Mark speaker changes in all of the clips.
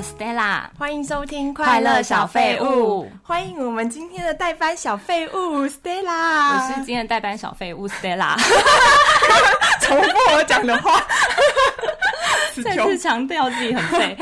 Speaker 1: Stella，
Speaker 2: 欢迎收听
Speaker 1: 快乐小废物，
Speaker 2: 欢迎我们今天的代班小废物 Stella，
Speaker 1: 我是今天的代班小废 物 Stella，
Speaker 2: 重复我讲的 话，死
Speaker 1: 再
Speaker 2: 穷
Speaker 1: 次强调自己 很废。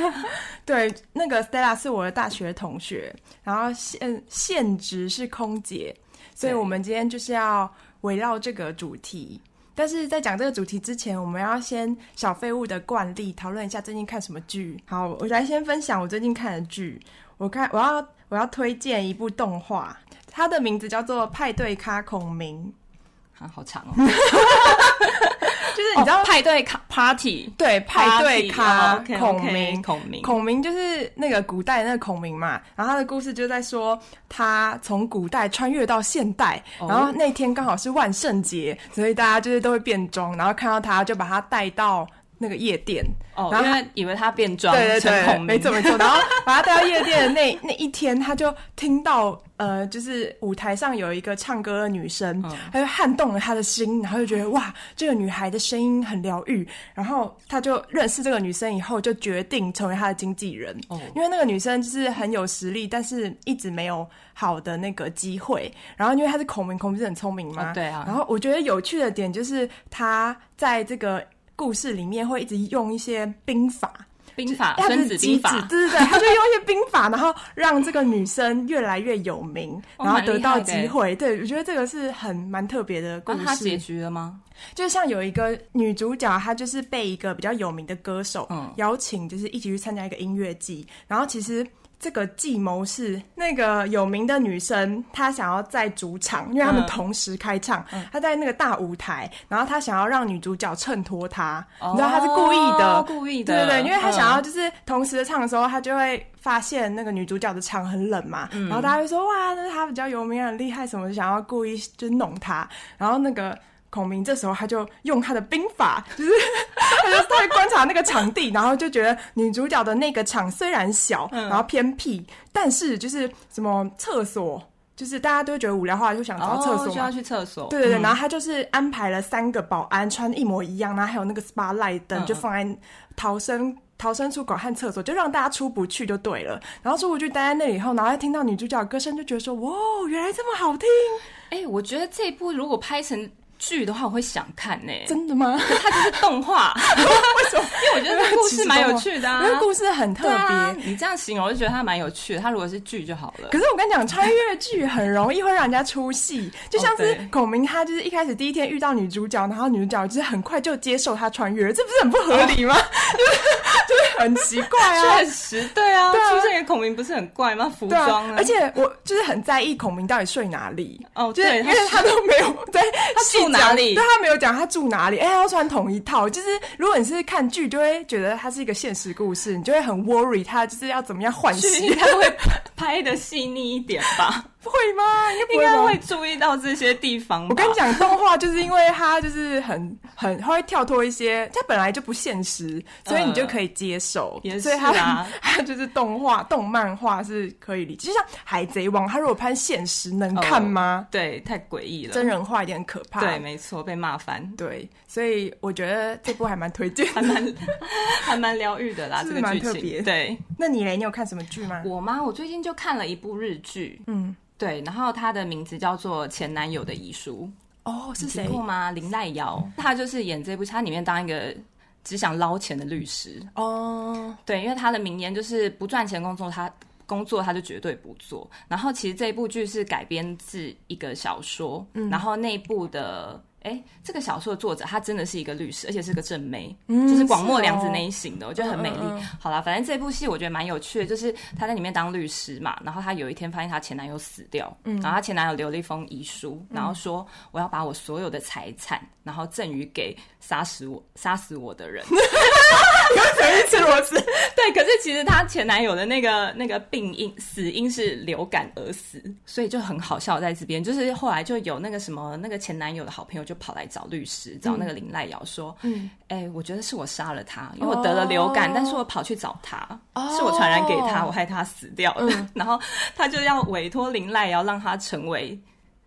Speaker 2: 对，那个 Stella 是我的大学同学，然后现现职是空姐，所以
Speaker 1: 对
Speaker 2: 我们今天就是要围绕这个主题。但是在讲这个主题之前，我们要先小废物的惯例讨论一下最近看什么剧。好，我来先分享我最近看的剧。我看我要我要推荐一部动画，它的名字叫做《派对咖孔明
Speaker 1: 啊，好长 哦！》，
Speaker 2: 就是你知道、
Speaker 1: 哦派对卡 party
Speaker 2: 对派对
Speaker 1: party，
Speaker 2: 咖
Speaker 1: 哦，OK，OK，
Speaker 2: 孔明
Speaker 1: 孔明
Speaker 2: 孔明就是那个古代那个孔明嘛，然后他的故事就在说他从古代穿越到现代，
Speaker 1: 哦
Speaker 2: 然后那天刚好是万圣节，所以大家就是都会变装，然后看到他就把他带到那个夜店，
Speaker 1: 哦，
Speaker 2: 然后
Speaker 1: 因为以为他变装
Speaker 2: 对对
Speaker 1: 成
Speaker 2: 对，
Speaker 1: 孔
Speaker 2: 没
Speaker 1: 明
Speaker 2: 错，没 错，然后把他带到夜店的那 那一天，他就听到呃，就是舞台上有一个唱歌的女生，
Speaker 1: 嗯
Speaker 2: 他就撼动了他的心，然后就觉得哇，这个女孩的声音很疗愈，然后他就认识这个女生以后，就决定成为她的经纪人。
Speaker 1: 哦
Speaker 2: 因为那个女生就是很有实力，但是一直没有好的那个机会。然后因为她是孔明，孔明不是很聪明吗？
Speaker 1: 哦对啊
Speaker 2: 然后我觉得有趣的点就是她在这个故事里面会一直用一些兵法，
Speaker 1: 兵法
Speaker 2: 他
Speaker 1: 啊孙
Speaker 2: 是
Speaker 1: 子
Speaker 2: 机
Speaker 1: 兵
Speaker 2: 智，
Speaker 1: 法，
Speaker 2: 对对对，他就用一些兵法， 然后让这个女生越来越有名，
Speaker 1: 哦
Speaker 2: 然后
Speaker 1: 蛮
Speaker 2: 得
Speaker 1: 厉
Speaker 2: 到
Speaker 1: 害的
Speaker 2: 机会。对，我觉得这个是很蛮特别的故
Speaker 1: 啊，他
Speaker 2: 事。
Speaker 1: 结局了吗？
Speaker 2: 就像有一个女主角，她就是被一个比较有名的歌手
Speaker 1: 嗯
Speaker 2: 邀请，就是一起去参加一个音乐季，然后其实。这个计谋是那个有名的女生，她想要在主场，因为他们
Speaker 1: 嗯
Speaker 2: 同时开唱，她在那个大舞台，然后她想要让女主角衬托她，你知道她是故意的，
Speaker 1: 哦故意的，
Speaker 2: 对对对，因为他
Speaker 1: 嗯
Speaker 2: 想要就是同时唱的时候，他就会发现那个女主角的唱很冷嘛，
Speaker 1: 嗯
Speaker 2: 然后大家会说哇，那她比较有名，很啊厉害什么，就想要故意就是弄她。然后那个孔明这时候他就用他的兵法， 就是他就他会观察那个场地，然后就觉得女主角的那个场虽然小，
Speaker 1: 嗯
Speaker 2: 然后偏僻，但是就是什么厕所。就是大家都会觉得无聊的话，就想找厕所
Speaker 1: 哦，
Speaker 2: 嘛
Speaker 1: 就要去厕所，
Speaker 2: 对对对，然后他就是安排了三个保安穿一模一样，然后还有那个 spotlight 灯
Speaker 1: 嗯
Speaker 2: 就放在逃生。逃生出口和厕所，就让大家出不去就对了。然后出不去待在那里以后，然后再听到女主角的歌声，就觉得说：“哇，原来这么好听，
Speaker 1: 哎、我觉得这一部如果拍成剧的话，我会想看呢、
Speaker 2: 真的吗
Speaker 1: 可它就是 动画，为
Speaker 2: 什么？
Speaker 1: 因为我觉得这故事蛮有趣 的？”啊
Speaker 2: 因。为故事很特
Speaker 1: 对啊
Speaker 2: 别。，
Speaker 1: 你这样形容我就觉得它蛮有趣的。它如果是剧就好了
Speaker 2: 可。是我跟你讲，穿越剧很容易会让人家出戏， 就像
Speaker 1: 哦
Speaker 2: 是
Speaker 1: 对
Speaker 2: 孔明，他就是一开始第一天遇到女主角，然后女主角就是很快就接受他穿越了，这不是很不合理
Speaker 1: 哦
Speaker 2: 吗？ 就是就是很奇怪 啊，
Speaker 1: 确实，对啊，
Speaker 2: 对啊
Speaker 1: 出现一个孔明不是很怪吗？服
Speaker 2: 对啊
Speaker 1: 装呢？
Speaker 2: 而且我就是很在意孔明到底睡哪里，
Speaker 1: 哦，
Speaker 2: 就是
Speaker 1: 对，
Speaker 2: 因为他都没有在他
Speaker 1: 住哪里
Speaker 2: 对他没有讲他住哪里，哎、他要穿同一套。就是如果你是看剧，就会觉得它是一个现实故事，你就会很 worry 他就是要怎么样换
Speaker 1: 剧
Speaker 2: 戏
Speaker 1: 应，该会拍的细腻一点吧，
Speaker 2: 会吗？应该不
Speaker 1: 应
Speaker 2: 会
Speaker 1: 该
Speaker 2: 吧
Speaker 1: 会注意到这些地方吧。
Speaker 2: 我跟你讲，动画就是因为它就是很很，它会跳脱一些，它本来就不现实，所以你就可以接受。
Speaker 1: 嗯也
Speaker 2: 所以
Speaker 1: 是
Speaker 2: 它、
Speaker 1: 啊
Speaker 2: 它就是动画、动漫画是可以理解。就像《海贼王》，它如果拍现实，能
Speaker 1: 哦
Speaker 2: 看吗？
Speaker 1: 对，太诡异了。
Speaker 2: 真人化一点可怕。
Speaker 1: 对，没错，被骂翻，
Speaker 2: 对，所以我觉得这部还蛮推 荐。
Speaker 1: 还蛮还蛮疗愈的啦，
Speaker 2: 是
Speaker 1: 这个
Speaker 2: 蛮
Speaker 1: 剧
Speaker 2: 特别
Speaker 1: 情。对，
Speaker 2: 那你嘞，你有看什么剧吗？
Speaker 1: 我吗？我最近就看了一部日剧，
Speaker 2: 嗯，
Speaker 1: 对，然后它的名字叫做《前男友的遗书
Speaker 2: 哦，是》，
Speaker 1: 听过吗？林奈瑶，她就是演这部，她里面当一个只想捞钱的律师，
Speaker 2: 哦，
Speaker 1: 对，因为她的名言就是不赚钱工作，她。工作她就绝对不做。然后其实这部剧是改编自一个小说，
Speaker 2: 嗯
Speaker 1: 然后内部的哎，这个小说的作者她真的是一个律师，而且是个正妹，
Speaker 2: 嗯
Speaker 1: 就是广末凉子那
Speaker 2: 是哦
Speaker 1: 一型的，我觉得很美丽。
Speaker 2: 嗯嗯
Speaker 1: 好啦，反正这部戏我觉得蛮有趣的，就是她在里面当律师嘛，然后她有一天发现她前男友死掉，
Speaker 2: 嗯
Speaker 1: 然后她前男友留了一封遗书，然后说我要把我所有的财产，然后赠予给杀死我杀死我的人。
Speaker 2: 一次螺丝，
Speaker 1: 对，可是其实她前男友的那个那个病因死因是流感而死，所以就很好笑在这边。就是后来就有那个什么那个前男友的好朋友就跑来找律师，
Speaker 2: 嗯
Speaker 1: 找那个林赖瑶说，嗯，哎、我觉得是我杀了他，因为我得了流感，
Speaker 2: 哦
Speaker 1: 但是我跑去找他，
Speaker 2: 哦嗯
Speaker 1: 是我传染给他，我害他死掉了。 然后他就要委托林赖瑶让他成为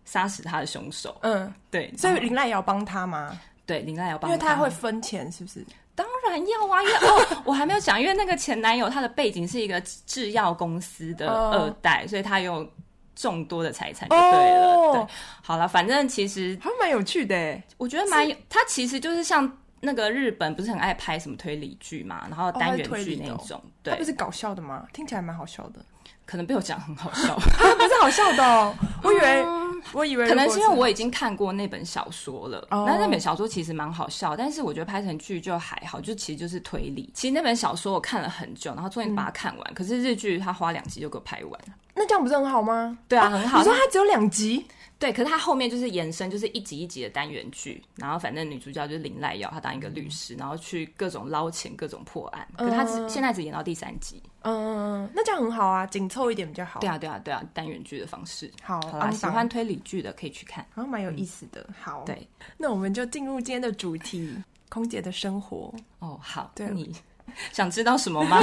Speaker 1: 杀死他的凶手。
Speaker 2: 嗯，
Speaker 1: 对，
Speaker 2: 所以
Speaker 1: 然后
Speaker 2: 林奈也要帮他吗？
Speaker 1: 对林赖瑶帮
Speaker 2: 因
Speaker 1: 他，
Speaker 2: 为他会分钱，是不是？
Speaker 1: 当然然要啊，因为哦， 我还没有讲，因为那个前男友他的背景是一个制药公司的
Speaker 2: 哦
Speaker 1: 二代，所以他有众多的财产就对了。
Speaker 2: 哦
Speaker 1: 对，好了，反正其实
Speaker 2: 还蛮有趣的欸，
Speaker 1: 我觉得蛮有，他其实就是像那个日本不是很爱拍什么推理剧嘛，然后
Speaker 2: 它
Speaker 1: 单
Speaker 2: 是
Speaker 1: 元
Speaker 2: 推
Speaker 1: 剧
Speaker 2: 理
Speaker 1: 那
Speaker 2: 的哦
Speaker 1: 种，
Speaker 2: 它
Speaker 1: 对
Speaker 2: 不，是搞笑的吗？听起来蛮好笑的，
Speaker 1: 可能被我讲很好笑。
Speaker 2: 啊，不是好笑的哦，我以为我以为
Speaker 1: 嗯可能
Speaker 2: 如果
Speaker 1: 是因为我已经看过那本小说了，
Speaker 2: 哦
Speaker 1: 那那本小说其实蛮好笑，但是我觉得拍成剧就还好，就其实就是推理。其实那本小说我看了很久，然后终于把它看完，可是日剧它花两集就给我拍完，
Speaker 2: 那这样不是很好吗？
Speaker 1: 对啊，很好
Speaker 2: 你。说它只有两集，
Speaker 1: 对，可是它后面就是延伸，就是一集一集的单元剧，然后反正女主角就是林濑遥，她当一个律师，然后去各种捞钱、各种破案。可是她只、现在只演到第三集。
Speaker 2: 嗯，那这样很好啊，紧凑一点比较好。
Speaker 1: 对啊，对啊，对啊，单元剧的方式。
Speaker 2: 好
Speaker 1: 好啦，
Speaker 2: 昂
Speaker 1: 喜
Speaker 2: 档
Speaker 1: 欢推理剧的可以去看。
Speaker 2: 好像蛮有意思的。嗯好，
Speaker 1: 对，
Speaker 2: 那我们就进入今天的主 题——空姐的生活。
Speaker 1: 哦，好，
Speaker 2: 对
Speaker 1: 你 想知道什么吗？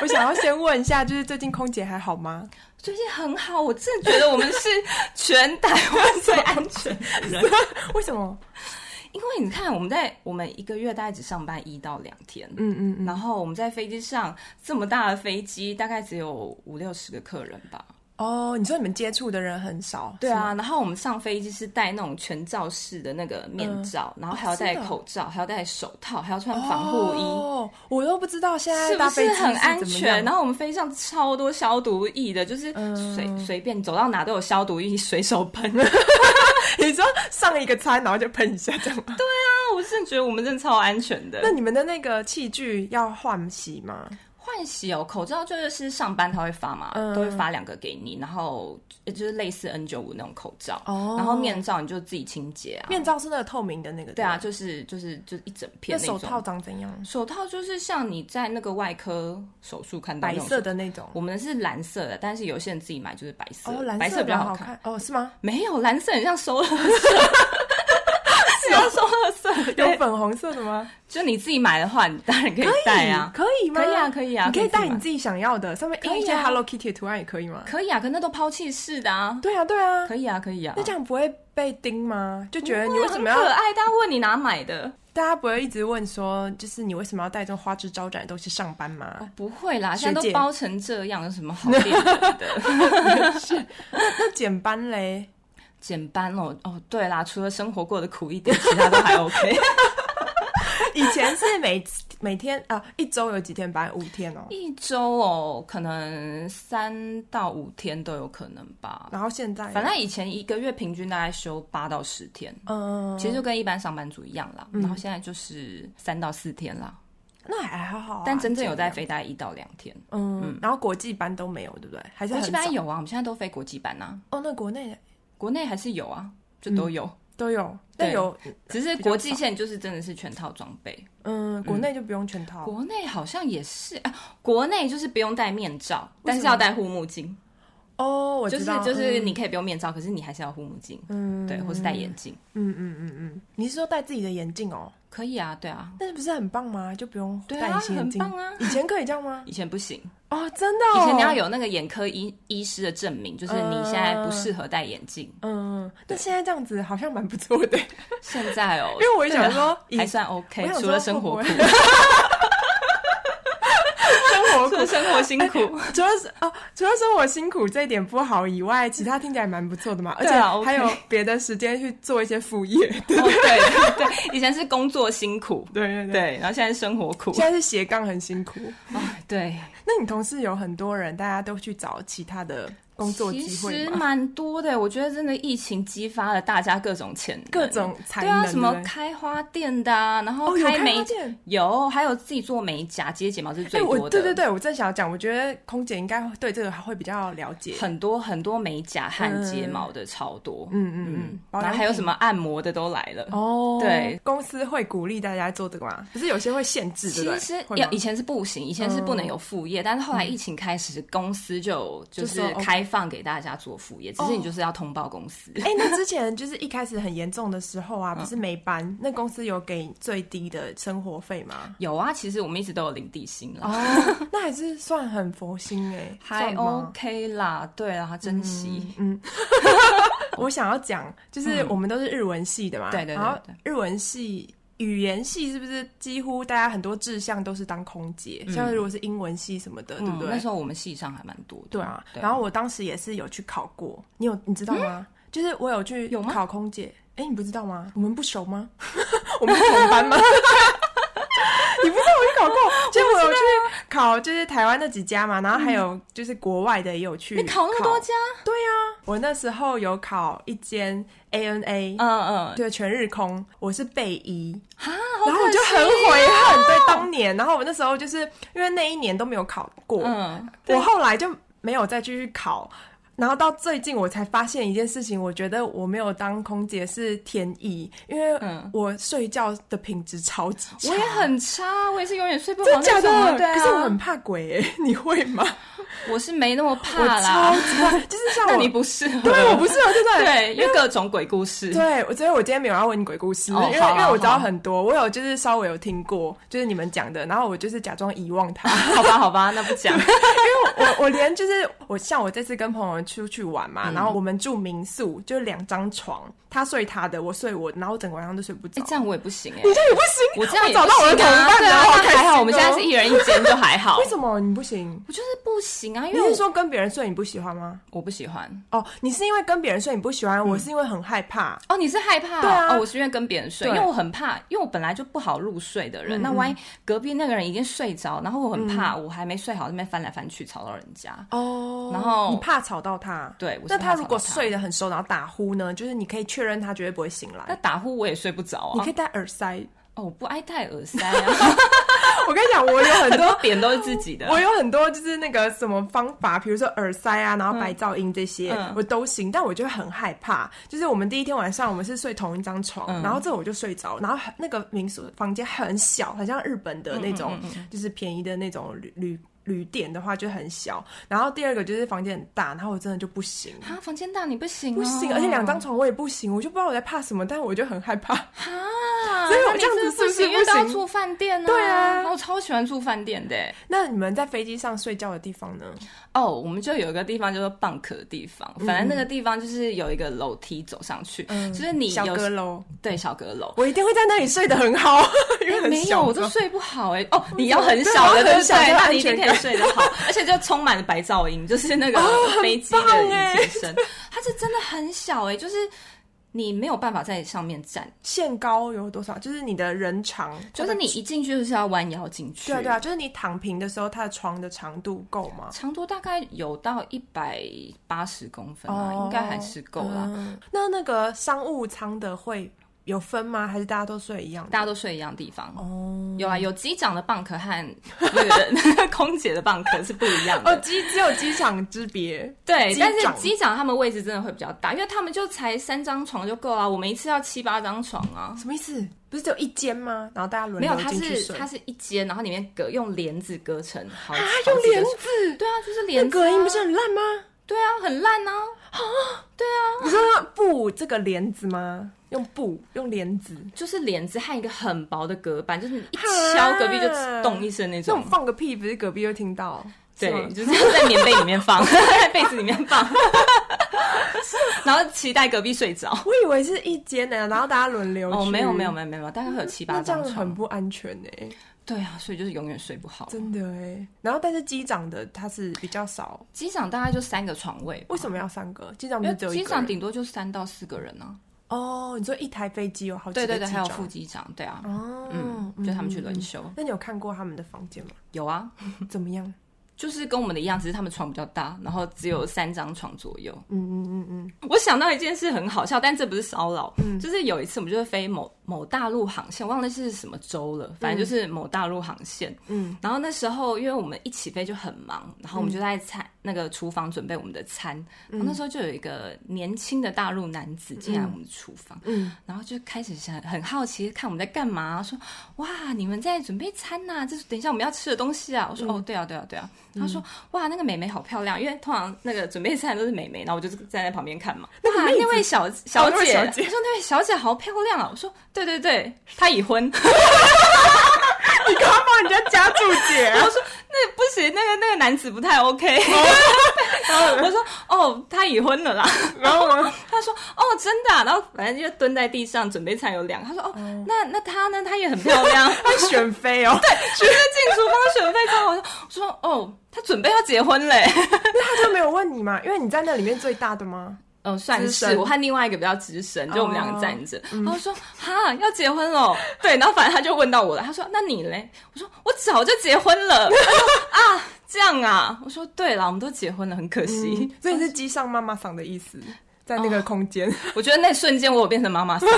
Speaker 2: 我想要先问一下，就是最近空姐还好吗？
Speaker 1: 最近很好，我真的觉得我们是全台湾最安 全的人。
Speaker 2: 为什么？
Speaker 1: 因为你看，我们在我们一个月大概只上班一到两天，
Speaker 2: 嗯嗯嗯。
Speaker 1: 然后我们在飞机上这么大的飞机，大概只有五六十个客人吧。
Speaker 2: 哦，你说你们接触的人很少，
Speaker 1: 对
Speaker 2: 是吗，
Speaker 1: 啊，然后我们上飞机是戴那种全罩式的那个面罩，然后还要
Speaker 2: 真
Speaker 1: 戴
Speaker 2: 的哦
Speaker 1: 口罩，还要戴手套，还要穿防护衣。
Speaker 2: 哦，我都不知道现在
Speaker 1: 是
Speaker 2: 搭
Speaker 1: 不
Speaker 2: 飞
Speaker 1: 是
Speaker 2: 机
Speaker 1: 很安
Speaker 2: 怎么
Speaker 1: 全？
Speaker 2: 样
Speaker 1: 然后我们飞机上超多消毒液的，就是随、
Speaker 2: 嗯
Speaker 1: 随便走到哪都有消毒液，随手喷。
Speaker 2: 你说上一个餐，然后就喷一下这样吗？对。
Speaker 1: 我真的觉得我们真的超安全的。
Speaker 2: 那你们的那个器具要换洗吗？
Speaker 1: 换洗哦，口罩就是上班他会发嘛，
Speaker 2: 嗯
Speaker 1: 都会发两个给你，然后呃就是类似 N 九五那种口罩，
Speaker 2: 哦
Speaker 1: 然后面罩你就自己清洁啊。
Speaker 2: 面罩是那个透明的那个，
Speaker 1: 对啊，，就是就是就是一整
Speaker 2: 那
Speaker 1: 片
Speaker 2: 手
Speaker 1: 种。
Speaker 2: 套长怎样？
Speaker 1: 手套就是像你在那个外科手术看到那
Speaker 2: 白
Speaker 1: 种
Speaker 2: 色，的那种。
Speaker 1: 我们的是蓝色的，但是有些人自己买就是白色的，
Speaker 2: 哦，蓝
Speaker 1: 白
Speaker 2: 色
Speaker 1: 比较
Speaker 2: 好
Speaker 1: 看。
Speaker 2: 看哦，是吗？
Speaker 1: 没有，蓝色很像收垃圾， 是要收垃圾。
Speaker 2: 有
Speaker 1: 对，
Speaker 2: 粉红色的吗？
Speaker 1: 就你自己买的话，你当然可以戴啊，
Speaker 2: 可以吗？
Speaker 1: 可以啊可以啊
Speaker 2: 你可
Speaker 1: 可
Speaker 2: 以
Speaker 1: 以自己
Speaker 2: 带你
Speaker 1: 买
Speaker 2: 自己想要的，上面印一
Speaker 1: 可以
Speaker 2: 些
Speaker 1: 啊
Speaker 2: Hello Kitty 的图案也可以吗？
Speaker 1: 可以啊，可那都抛弃式的啊，
Speaker 2: 对啊，对啊，
Speaker 1: 可以啊，可以啊。
Speaker 2: 那这样不会被盯吗？就觉得你为什么
Speaker 1: 很可
Speaker 2: 要？
Speaker 1: 爱？大家问你哪买的？
Speaker 2: 大家不会一直问说，就是你为什么要带这种花枝招展的东西上班 吗？
Speaker 1: 不会啦，
Speaker 2: 学姐
Speaker 1: 现在都包成这样，有什 么好店的？
Speaker 2: 那减班嘞？
Speaker 1: 减班哦，哦，对啦，除了生活过得苦一点，其他都还 OK。
Speaker 2: 以前是每每天啊，一周有几天班？五天哦。
Speaker 1: 一周哦，可能三到五天都有可能吧。
Speaker 2: 然后现在，
Speaker 1: 反正以前一个月平均大概休八到十天，
Speaker 2: 嗯，
Speaker 1: 其实就跟一般上班族一样啦。然后现在就是三到四天啦，
Speaker 2: 那还好啊。
Speaker 1: 但真正有
Speaker 2: 这
Speaker 1: 在
Speaker 2: 样，
Speaker 1: 飞大概一到两天。
Speaker 2: 嗯，然后国际班都没有，对不对？还是
Speaker 1: 国
Speaker 2: 很
Speaker 1: 际班
Speaker 2: 少
Speaker 1: 有啊，我们现在都飞国际班啊，
Speaker 2: 哦，那国内的
Speaker 1: 国内还是有啊，就都有。
Speaker 2: 都有，但
Speaker 1: 对
Speaker 2: 有
Speaker 1: 只是国际线就是真的是全套装备，
Speaker 2: 嗯，国内就不用全套。
Speaker 1: 国内好像也是啊，国内就是不用戴面罩，但是要戴护目镜，
Speaker 2: 哦，我
Speaker 1: 就
Speaker 2: 知
Speaker 1: 是
Speaker 2: 道，
Speaker 1: 就是
Speaker 2: 嗯
Speaker 1: 你可以不用面罩，可是你还是要护目镜，
Speaker 2: 嗯
Speaker 1: 对，或是戴眼镜，
Speaker 2: 嗯嗯嗯嗯，你是说戴自己的眼镜哦？
Speaker 1: 可以啊，对啊，
Speaker 2: 但是不是很棒吗？就不用
Speaker 1: 对
Speaker 2: 戴
Speaker 1: 啊，
Speaker 2: 隐形眼
Speaker 1: 很
Speaker 2: 镜。
Speaker 1: 棒啊。
Speaker 2: 以前可以这样 吗？
Speaker 1: 以前不行，
Speaker 2: 哦，真的、
Speaker 1: 以
Speaker 2: 哦。
Speaker 1: 前你要。有那个眼科医医师的证明，就是你现在不适合戴眼镜。
Speaker 2: 嗯，但现在这样子好像蛮不错 的，因
Speaker 1: 现在哦，
Speaker 2: 为我想说，以
Speaker 1: 对还算
Speaker 2: 我
Speaker 1: OK，
Speaker 2: 想说
Speaker 1: 除了生活苦
Speaker 2: 会，不会 生活
Speaker 1: 除了生活辛苦，
Speaker 2: 除了是哦，除了生活辛苦这一点不好以外，其他听起来蛮不错的嘛，而
Speaker 1: 对
Speaker 2: 且
Speaker 1: 啊
Speaker 2: 还
Speaker 1: OK
Speaker 2: 有别的时间去做一些副 业。对
Speaker 1: 哦对对对，以前是工作辛苦，
Speaker 2: 对对对，
Speaker 1: 对，然后现在是生活苦，
Speaker 2: 现在是斜杠很辛苦。
Speaker 1: 哎对，
Speaker 2: 那你同事有很多人，大家都去找其他的工作
Speaker 1: 其
Speaker 2: 机会
Speaker 1: 实
Speaker 2: 吗？
Speaker 1: 蛮多的，我觉得真的疫情激发了大家各种潜能，
Speaker 2: 各种才
Speaker 1: 对
Speaker 2: 能，
Speaker 1: 啊，
Speaker 2: 对
Speaker 1: 什么
Speaker 2: 不对
Speaker 1: 开花店的啊，然后
Speaker 2: 哦有开
Speaker 1: 美
Speaker 2: 花店
Speaker 1: 有，还有自己做美甲、接睫毛这是最
Speaker 2: 哎
Speaker 1: 多
Speaker 2: 我
Speaker 1: 的，
Speaker 2: 对对对，我正想要讲，我觉得空姐应该对这个会比较了解。
Speaker 1: 很多很多美甲和睫毛的超多，
Speaker 2: 嗯嗯嗯
Speaker 1: 嗯，
Speaker 2: 保
Speaker 1: 然
Speaker 2: 养
Speaker 1: 后还有什么按摩的都来了。
Speaker 2: 哦
Speaker 1: 对，
Speaker 2: 公司会鼓励大家做这个吗？可是有些会限制，对
Speaker 1: 其
Speaker 2: 不对？
Speaker 1: 实
Speaker 2: 会吗哦
Speaker 1: 要以前是不行，以前是不能有副业，但是后来疫情开始，公司就就
Speaker 2: 就是说哦
Speaker 1: 开放给大家做副业，只是
Speaker 2: 哦
Speaker 1: 你就是要通报公司。
Speaker 2: 哎、那之前就是一开始很严重的时候 啊，不是没班，那公司有给最低的生活费吗？
Speaker 1: 有啊，其实我们一直都有领地薪啦。
Speaker 2: 哦， 那还是算很佛心哎、
Speaker 1: 还
Speaker 2: 算吗嗯
Speaker 1: OK 啦，对啦，珍惜。
Speaker 2: 我想要讲，就是我们都是日文系的嘛，
Speaker 1: 嗯对对对
Speaker 2: 然后
Speaker 1: 对
Speaker 2: 日文系语言系是不是几乎大家很多志向都是当空姐？像如果是英文系什么的，对
Speaker 1: 嗯
Speaker 2: 不对？
Speaker 1: 那时候我们系上还蛮多的。
Speaker 2: 对啊，
Speaker 1: 对
Speaker 2: 然后我当时也是有去考过，你有你知道吗？就是我有去
Speaker 1: 嗯有吗
Speaker 2: 考空姐，哎，你不知道吗？我们不熟吗？ 我们是同班吗？ 你不知道我去考过，就是我有去
Speaker 1: 啊
Speaker 2: 考，就是台湾那几家嘛，然后还有就是国外的也有去。
Speaker 1: 你考那么多家？
Speaker 2: 对呀、我那时候有考一间 ANA，、
Speaker 1: 嗯嗯，
Speaker 2: 对，全日空，我是备一，
Speaker 1: 哈，
Speaker 2: 然后我就
Speaker 1: 哦
Speaker 2: 很悔恨，对，当年，然后我那时候就是因为那一年都没有考过，
Speaker 1: 嗯，
Speaker 2: 我后来就没有再继续考，然后到最近我才发现一件事情，我觉得我没有当空姐是天意，因为
Speaker 1: 嗯
Speaker 2: 我睡觉的品质超级差。
Speaker 1: 我也很差，我也是永远睡不
Speaker 2: 真
Speaker 1: 好
Speaker 2: 的假
Speaker 1: 那
Speaker 2: 的
Speaker 1: 种啊。对啊，
Speaker 2: 可是我很怕鬼、欸，你会吗？
Speaker 1: 我是没那么怕
Speaker 2: 我超
Speaker 1: 啦，
Speaker 2: 级怕，就是像
Speaker 1: 那
Speaker 2: 我，
Speaker 1: 你不适合。
Speaker 2: 对我不是，啊对不对？
Speaker 1: 对，因为各种鬼故事。
Speaker 2: 对，我所以我今天没有要问你鬼故事，
Speaker 1: 哦
Speaker 2: 因为
Speaker 1: 好啊
Speaker 2: 因为我知道
Speaker 1: 好啊
Speaker 2: 很多，我有就是稍微有听过，就是你们讲的，然后我就是假装遗忘它，
Speaker 1: 好吧，好吧，那不 讲。哎
Speaker 2: 因为我我连就是我像我这次跟朋友出去玩嘛，
Speaker 1: 嗯
Speaker 2: 然后我们住民宿，就两张床，他睡他的，我睡我，然后我整个晚上都睡不着。
Speaker 1: 哎，这样我也不行哎
Speaker 2: 你，这样也不行，
Speaker 1: 我这样也
Speaker 2: 找到我的
Speaker 1: 不
Speaker 2: 同
Speaker 1: 行啊
Speaker 2: 伴
Speaker 1: 对
Speaker 2: 了，
Speaker 1: 啊，
Speaker 2: 好
Speaker 1: 那
Speaker 2: 开
Speaker 1: 还
Speaker 2: 心
Speaker 1: 好，
Speaker 2: 哦
Speaker 1: 我们现在是一人一间就还好
Speaker 2: 为。什么你不行？
Speaker 1: 我就是不行啊，因
Speaker 2: 你
Speaker 1: 为
Speaker 2: 是
Speaker 1: 我
Speaker 2: 说跟别人睡你不喜欢吗？嗯
Speaker 1: 我不喜欢。
Speaker 2: 哦，你是因为跟别人睡你不喜欢，我是因为很害怕。
Speaker 1: 哦，你是害怕、
Speaker 2: 对啊
Speaker 1: 哦，我是因为跟别人睡，因
Speaker 2: 对嗯
Speaker 1: 为我很怕，因为我本来就不好入睡的人。那万一隔壁那个人已经睡着，然后我很怕，我还没睡好，那边翻来翻去吵到人家。
Speaker 2: 哦
Speaker 1: 然后
Speaker 2: 你怕吵到他，
Speaker 1: 对我是
Speaker 2: 那
Speaker 1: 怕
Speaker 2: 他
Speaker 1: 吵
Speaker 2: 如果
Speaker 1: 到他
Speaker 2: 睡得很熟，然后打呼呢？就是你可以确认他绝对不会醒
Speaker 1: 那
Speaker 2: 来。
Speaker 1: 打呼我也睡不着
Speaker 2: 你
Speaker 1: 啊
Speaker 2: 可。以戴耳塞。
Speaker 1: 哦，我不爱戴耳塞啊，
Speaker 2: 我跟你讲，我有很
Speaker 1: 很
Speaker 2: 多
Speaker 1: 多点都是自己的。
Speaker 2: 我有很多就是那个什么方法，比如说耳塞啊，然后白噪音这些、
Speaker 1: 嗯
Speaker 2: 我都行，但我就很害怕。就是我们第一天晚上我们是睡同一张床，
Speaker 1: 嗯
Speaker 2: 然后这我就睡着，然后很那个民宿房间很小，很像日本的那种，
Speaker 1: 嗯
Speaker 2: 就是便宜的那种旅旅旅店的话就很小。然后第二个就是房间很大，然后我真的就不行。
Speaker 1: 哈，房间大你不行、哦，
Speaker 2: 不行，而且两张床我也不行，我就不知道我在怕什么，但我就很害怕。
Speaker 1: 哈，
Speaker 2: 所以我
Speaker 1: 那你
Speaker 2: 这样
Speaker 1: 真的
Speaker 2: 子是不是
Speaker 1: 行？因为
Speaker 2: 不
Speaker 1: 都要
Speaker 2: 行
Speaker 1: 住饭店呢、
Speaker 2: 对啊
Speaker 1: 然后我超喜欢住饭店的、欸
Speaker 2: 那你们在飞机上睡觉的地方呢？
Speaker 1: 哦，我们就有一个地方叫做 bunk 的地方，反
Speaker 2: 嗯
Speaker 1: 正那个地方就是有一个楼梯走上去，就是你
Speaker 2: 小
Speaker 1: 有
Speaker 2: 阁楼，
Speaker 1: 对小阁楼，
Speaker 2: 我一定会在那里睡得很好， 因为
Speaker 1: 哎
Speaker 2: 很
Speaker 1: 没
Speaker 2: 小
Speaker 1: 有，
Speaker 2: 嘛。
Speaker 1: 我都睡不好哎、哦，你要很小
Speaker 2: 对啊
Speaker 1: 的，对
Speaker 2: 我很
Speaker 1: 不
Speaker 2: 小才
Speaker 1: 对？
Speaker 2: 有
Speaker 1: 那你一
Speaker 2: 安
Speaker 1: 定
Speaker 2: 全
Speaker 1: 可以睡得 好，而且就充满了白噪音，就是那个飞机
Speaker 2: 哦很棒
Speaker 1: 的
Speaker 2: 哎
Speaker 1: 引擎声，它是真的很小哎、就是你没有办法在上面站，
Speaker 2: 限高有多少？就是你的人长，
Speaker 1: 就是你一进去就是要弯腰进去，
Speaker 2: 对啊对啊，就是你躺平的时候，它的床的长度够吗？
Speaker 1: 长度大概有到一百八十公分啊，应该还是够啦。
Speaker 2: 哦嗯那那个商务舱的会有分吗？还是大家都睡一样的？
Speaker 1: 大家都睡一样地方，
Speaker 2: 哦
Speaker 1: 有啊，有机长的 bunk 和那个 空姐的 bunk 是不一样
Speaker 2: 哦，
Speaker 1: 的。
Speaker 2: 机只有机场之别。
Speaker 1: 对，
Speaker 2: 机
Speaker 1: 但是
Speaker 2: 长
Speaker 1: 机长他们位置真的会比较大，因为他们就才三张床就够了、啊我们一次要七八张床啊。
Speaker 2: 什么意思？不是只有一间吗？然后大家轮
Speaker 1: 没有，
Speaker 2: 流
Speaker 1: 它
Speaker 2: 进去
Speaker 1: 是
Speaker 2: 睡。
Speaker 1: 它是一间，然后里面隔用帘子隔成好
Speaker 2: 啊
Speaker 1: 好几，个
Speaker 2: 用帘子，
Speaker 1: 对啊，就是
Speaker 2: 那
Speaker 1: 帘子、啊，
Speaker 2: 隔音不是很烂吗？
Speaker 1: 对啊，很烂啊。
Speaker 2: 你说布这个帘子吗？用布，用帘子，
Speaker 1: 就是帘子和一个很薄的隔板，就是你一
Speaker 2: 哈
Speaker 1: 敲隔壁就咚一声那
Speaker 2: 那
Speaker 1: 种
Speaker 2: 种。放个屁，不是隔壁就听到？是
Speaker 1: 对，
Speaker 2: 吗
Speaker 1: 就是在棉被里 面放，在被子里面放，然后期待隔壁睡着。
Speaker 2: 我以为是一间呢，然后大家轮流。
Speaker 1: 哦，没有没有没有没有，大概会有七
Speaker 2: 那
Speaker 1: 八
Speaker 2: 这样
Speaker 1: 张
Speaker 2: 很
Speaker 1: 床。
Speaker 2: 不安全呢、
Speaker 1: 对啊，所以就是永远睡不好。
Speaker 2: 真的哎、然后但是机长的他是比较少，
Speaker 1: 机长大概就三个床位吧，
Speaker 2: 为什么要三个？机长不
Speaker 1: 因
Speaker 2: 是只有
Speaker 1: 为
Speaker 2: 一
Speaker 1: 机
Speaker 2: 个
Speaker 1: 长
Speaker 2: 人？
Speaker 1: 顶多就三到四个人呢、
Speaker 2: 哦，你说一台飞哦机有好
Speaker 1: 啊。
Speaker 2: 几个
Speaker 1: 对对对，
Speaker 2: 机
Speaker 1: 还有
Speaker 2: 长
Speaker 1: 副机长，对啊，
Speaker 2: 哦，
Speaker 1: 嗯，就他们去轮
Speaker 2: 嗯。
Speaker 1: 休。
Speaker 2: 那你有看过他们的房间吗？
Speaker 1: 有啊，
Speaker 2: 怎么 样？
Speaker 1: 就是跟我们的一样，只是他们床比较大，然后只有三张床左右。
Speaker 2: 嗯嗯嗯嗯，
Speaker 1: 我想到一件事很好笑，但这不是骚扰，就是有一次我们就是飞某某大陆航线，忘了是什么州了，反正就是某大陆航线。
Speaker 2: 嗯，
Speaker 1: 然后那时候因为我们一起飞就很忙，然后我们就在餐、那个厨房准备我们的餐。
Speaker 2: 嗯
Speaker 1: 然后那时候就有一个年轻的大陆男子进来我们的厨房，
Speaker 2: 嗯，
Speaker 1: 然后就开始想很好奇看我们在干嘛，说哇你们在准备餐呐、这是等一下我们要吃的东西啊。我说、
Speaker 2: 嗯
Speaker 1: 哦对啊对啊对啊。他说哇那个美眉好漂亮，因为通常那个准备餐都是美眉，然后我就是站在旁边看嘛。
Speaker 2: 那个
Speaker 1: 哇
Speaker 2: 妹子哦
Speaker 1: 那位小小
Speaker 2: 那位
Speaker 1: 姐，
Speaker 2: 小姐
Speaker 1: 我说那位小姐好漂亮啊。我说对对对，她已婚。
Speaker 2: 你干要帮人家加注解啊
Speaker 1: 我？说那 不行，那个那个男子不太 OK。我说哦，他已婚了啦。
Speaker 2: 然后我
Speaker 1: 他说哦，真的啊、然后反正就蹲在地上准备菜有两。他说哦，那那她呢？她也很漂 亮。
Speaker 2: 会选妃哦，对，
Speaker 1: 就是进厨房选妃超好笑。我说哦，她准备要结婚 嘞。
Speaker 2: 他就没有问你嘛，因为你在那里面最大的吗？
Speaker 1: 嗯，算
Speaker 2: 资
Speaker 1: 是
Speaker 2: 深
Speaker 1: 我和另外一个比较资深，就我们两个
Speaker 2: 哦
Speaker 1: 站着。然后说哈要结婚 了，哦对，然后反正他就问到我了，他说那你嘞？我说我早就结婚了。他说啊这样啊，我说对了，我们都结婚了，很可惜。
Speaker 2: 所以你是机上妈妈桑的意思，在那个空间，
Speaker 1: 我觉得那瞬间我有变成 妈妈桑，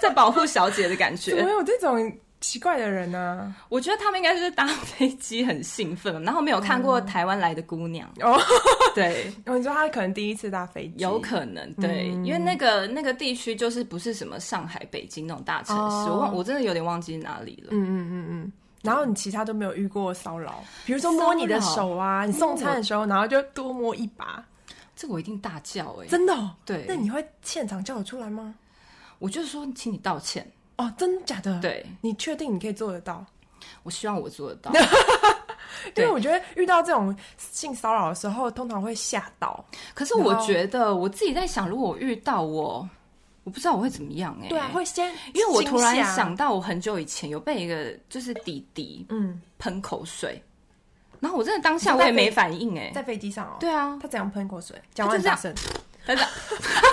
Speaker 1: 在保护小姐的感
Speaker 2: 怎
Speaker 1: 觉
Speaker 2: 么。有这种奇怪的人啊呢、
Speaker 1: 我觉得他们应该就是搭飞机很兴奋，然后没有看过台湾来的姑娘，
Speaker 2: 嗯哦，
Speaker 1: 对，
Speaker 2: 哦，你说他可能第一次搭飞机，
Speaker 1: 有可能对，
Speaker 2: 嗯
Speaker 1: 因为那个那个地区就是不是什么上海、北京那种大城市，
Speaker 2: 哦
Speaker 1: 我忘我真的有点忘记哪里了。
Speaker 2: 嗯嗯嗯嗯。然后你其他都没有遇过骚扰，比如说摸你的手啊，
Speaker 1: 嗯
Speaker 2: 你送餐的时候，然后就多摸一把，
Speaker 1: 这个我一定大叫哎、
Speaker 2: 真的、哦？
Speaker 1: 对
Speaker 2: 那你会现场叫我出来吗？
Speaker 1: 我就说请你道歉，
Speaker 2: 哦，真的假的？，
Speaker 1: 对
Speaker 2: 你确定你可以做得到？
Speaker 1: 我希望我做 得到。
Speaker 2: 因
Speaker 1: 对
Speaker 2: 为我觉得遇到这种性骚扰的时候，通常会吓到。
Speaker 1: 可是我觉得我自己在想，如果我遇到我，我不知道我会怎么样哎、
Speaker 2: 对啊，会先，
Speaker 1: 因为我突然，想到，我很久以前有被一个就是弟弟
Speaker 2: 嗯，
Speaker 1: 喷口水，然后我真的当下我也没反应哎、
Speaker 2: 在飞机上哦，
Speaker 1: 对啊，
Speaker 2: 他怎样喷口水？讲完
Speaker 1: 就这
Speaker 2: 大
Speaker 1: 样
Speaker 2: 声，
Speaker 1: 他是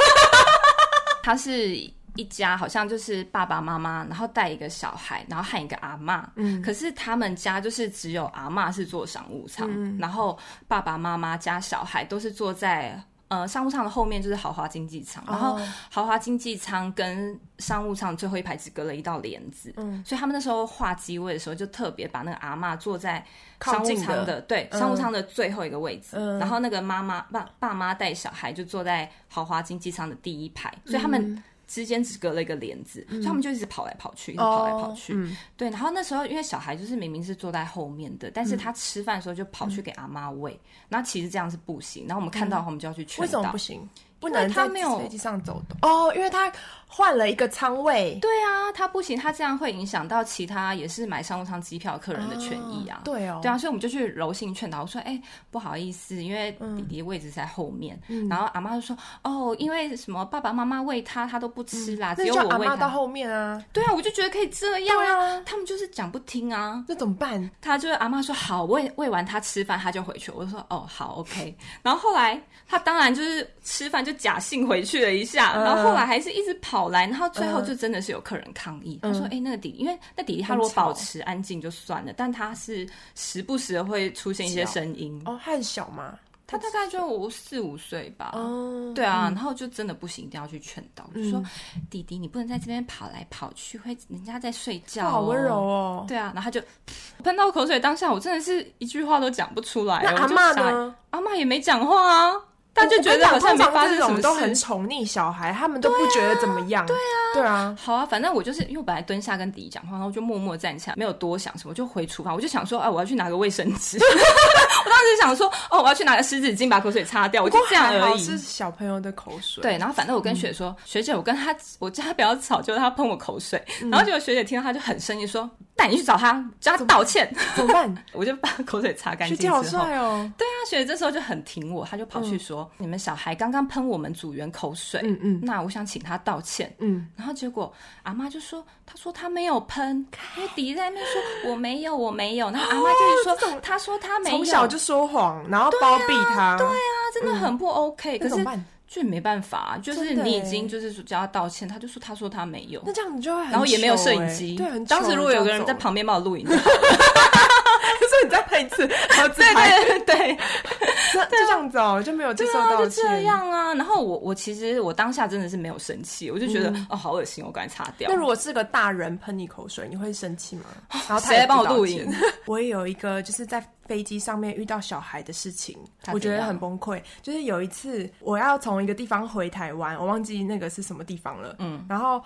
Speaker 1: 他是一家好像就是爸爸妈妈，然后带一个小孩，然后和一个阿嬷。嗯，可是他们家就是只有阿嬷是坐商务舱，
Speaker 2: 嗯
Speaker 1: 然后爸爸妈妈加小孩都是坐在。呃，商务舱的后面就是豪华经济舱，然后
Speaker 2: 哦
Speaker 1: 豪华经济舱跟商务舱最后一排只隔了一道帘子，嗯，所以他们那时候画机位的时候，就特别把那个阿嬷坐在
Speaker 2: 靠
Speaker 1: 商务
Speaker 2: 近的
Speaker 1: 舱的呃对
Speaker 2: 嗯
Speaker 1: 商务舱的最后一个位置，
Speaker 2: 嗯
Speaker 1: 然后那个妈妈爸爸妈带小孩就坐在豪华经济舱的第一排，所以他们
Speaker 2: 嗯
Speaker 1: 之间只隔了一个帘子，所以他们就一直跑来跑去，一直跑来跑去。
Speaker 2: 嗯
Speaker 1: 对，然后那时候因为小孩就是明明是坐在后面的，
Speaker 2: 嗯
Speaker 1: 但是他吃饭的时候就跑去给阿妈喂，然后其实这样是不行，然后我们看到的话我们就要去
Speaker 2: 嗯
Speaker 1: 劝
Speaker 2: 为什么
Speaker 1: 导
Speaker 2: 不。行？不能
Speaker 1: 他
Speaker 2: 在
Speaker 1: 没有
Speaker 2: 飞机上走动哦，因为他换了一个舱位，
Speaker 1: 对啊，他不行，他这样会影响到其他也是买商务舱机票的客人的权益啊。
Speaker 2: 对哦，
Speaker 1: 对啊，所以我们就去柔性劝导，我说：“哎、不好意思，因为
Speaker 2: 嗯
Speaker 1: 弟弟位置在后面。然后阿妈就说：“哦，因为什么爸爸妈妈喂他，他都不吃啦，
Speaker 2: 嗯那
Speaker 1: 只有
Speaker 2: 就
Speaker 1: 我
Speaker 2: 阿
Speaker 1: 喂
Speaker 2: 妈到
Speaker 1: 他。
Speaker 2: 后面啊，”
Speaker 1: 对啊，我就觉得可以这样
Speaker 2: 对啊
Speaker 1: 他们就是讲不听啊。
Speaker 2: 那怎么办？
Speaker 1: 他就是阿妈说好喂喂完他吃饭他就回去，我就说哦好 OK。然后后来他当然就是吃饭就假性回去了一下，
Speaker 2: 嗯
Speaker 1: 然后后来还是一直跑来，然后最后就真的是有客人抗
Speaker 2: 嗯
Speaker 1: 议，他说哎、那个弟弟，因为那弟弟他如果
Speaker 2: 很吵
Speaker 1: 保持安静就算了，但他是时不时的会出现一些声音，
Speaker 2: 哦，他很小嘛，
Speaker 1: 他大概就四五岁吧。
Speaker 2: 哦，
Speaker 1: 对啊，然后就真的不行，一定要去劝导，就说
Speaker 2: 嗯
Speaker 1: 弟弟，你不能在这边跑来跑去，会人家在睡觉、
Speaker 2: 他
Speaker 1: 哦。
Speaker 2: 好温柔哦。
Speaker 1: 对啊，然后他就喷到口水，当下我真的是一句话都讲不出来。
Speaker 2: 那
Speaker 1: 啊我
Speaker 2: 阿
Speaker 1: 就
Speaker 2: 嬷
Speaker 1: 傻眼？
Speaker 2: 呢？
Speaker 1: 阿妈也没讲话啊，但就觉得好像没发生什
Speaker 2: 我跟
Speaker 1: 么
Speaker 2: 你讲通常这种都很
Speaker 1: 事。
Speaker 2: 宠溺小孩，他们都不觉得怎么样。对啊，对啊，
Speaker 1: 好啊，反正我就是因为我本来蹲下跟弟弟讲话，然后就默默站起来，没有多想什么，就回厨房。我就想说，哎、我要去拿个卫生纸。 我当时想说，哦，我要去拿个湿纸巾把口水擦掉，我
Speaker 2: 不
Speaker 1: 就
Speaker 2: 过
Speaker 1: 这样
Speaker 2: 还好
Speaker 1: 而
Speaker 2: 是嗯
Speaker 1: 已。
Speaker 2: 小朋友的口水。
Speaker 1: 对，然后反正我跟学姐说，学姐，我跟她，我叫她不要吵，就是她喷我口水，
Speaker 2: 嗯
Speaker 1: 然后结果学姐听到她就很生气，说带你去找她，叫她道歉。
Speaker 2: 怎么办？
Speaker 1: 我就把口水擦干
Speaker 2: 学
Speaker 1: 净
Speaker 2: 姐
Speaker 1: 之
Speaker 2: 好
Speaker 1: 后，
Speaker 2: 帅哦。
Speaker 1: 对啊，学姐这时候就很挺我，她就跑去说：“你们小孩刚刚喷我们组员口水，
Speaker 2: 嗯嗯
Speaker 1: 那我想请他道歉。”
Speaker 2: 嗯，
Speaker 1: 然后结果阿妈就说：“她说她没有喷，因为迪迪在那边说我没有，我没有。”然后阿妈就
Speaker 2: 哦
Speaker 1: 是
Speaker 2: 这
Speaker 1: 说
Speaker 2: 种：“
Speaker 1: 她说她没有。”
Speaker 2: 从小就说谎，然后包庇他。对啊，
Speaker 1: 啊，真的很不 OK、
Speaker 2: 那
Speaker 1: 可
Speaker 2: 怎么
Speaker 1: 是
Speaker 2: 办？
Speaker 1: 就没办法、就是
Speaker 2: 真的
Speaker 1: 你已
Speaker 2: 欸
Speaker 1: 经就是叫他道歉，他就说他说他没有
Speaker 2: 那，这样你就会很
Speaker 1: 然后也没有
Speaker 2: 糗
Speaker 1: 摄影
Speaker 2: 欸
Speaker 1: 机。
Speaker 2: 对，很糗
Speaker 1: 当时如果有个人在，旁边帮我录影就好了，
Speaker 2: 你就走 所以你再拍一次，然后自
Speaker 1: 对
Speaker 2: 拍，
Speaker 1: 对对对。啊
Speaker 2: 那就这样子哦，就没有接受
Speaker 1: 对啊，
Speaker 2: 道
Speaker 1: 就
Speaker 2: 歉。
Speaker 1: 这样啊。然后我我其实我当下真的是没有生气，我就觉得、
Speaker 2: 嗯
Speaker 1: 哦好恶心，我赶紧擦掉
Speaker 2: 那。如果是个大人喷你口水，你会生气吗？然后他
Speaker 1: 谁来帮我录
Speaker 2: 录
Speaker 1: 影？
Speaker 2: 我也有一个就是在飞机上面遇到小孩的事情，
Speaker 1: 他
Speaker 2: 我觉
Speaker 1: 怎
Speaker 2: 得
Speaker 1: 样
Speaker 2: 很崩溃。就是有一次我要从一个地方回台湾，我忘记那个是什么地方了。嗯，然后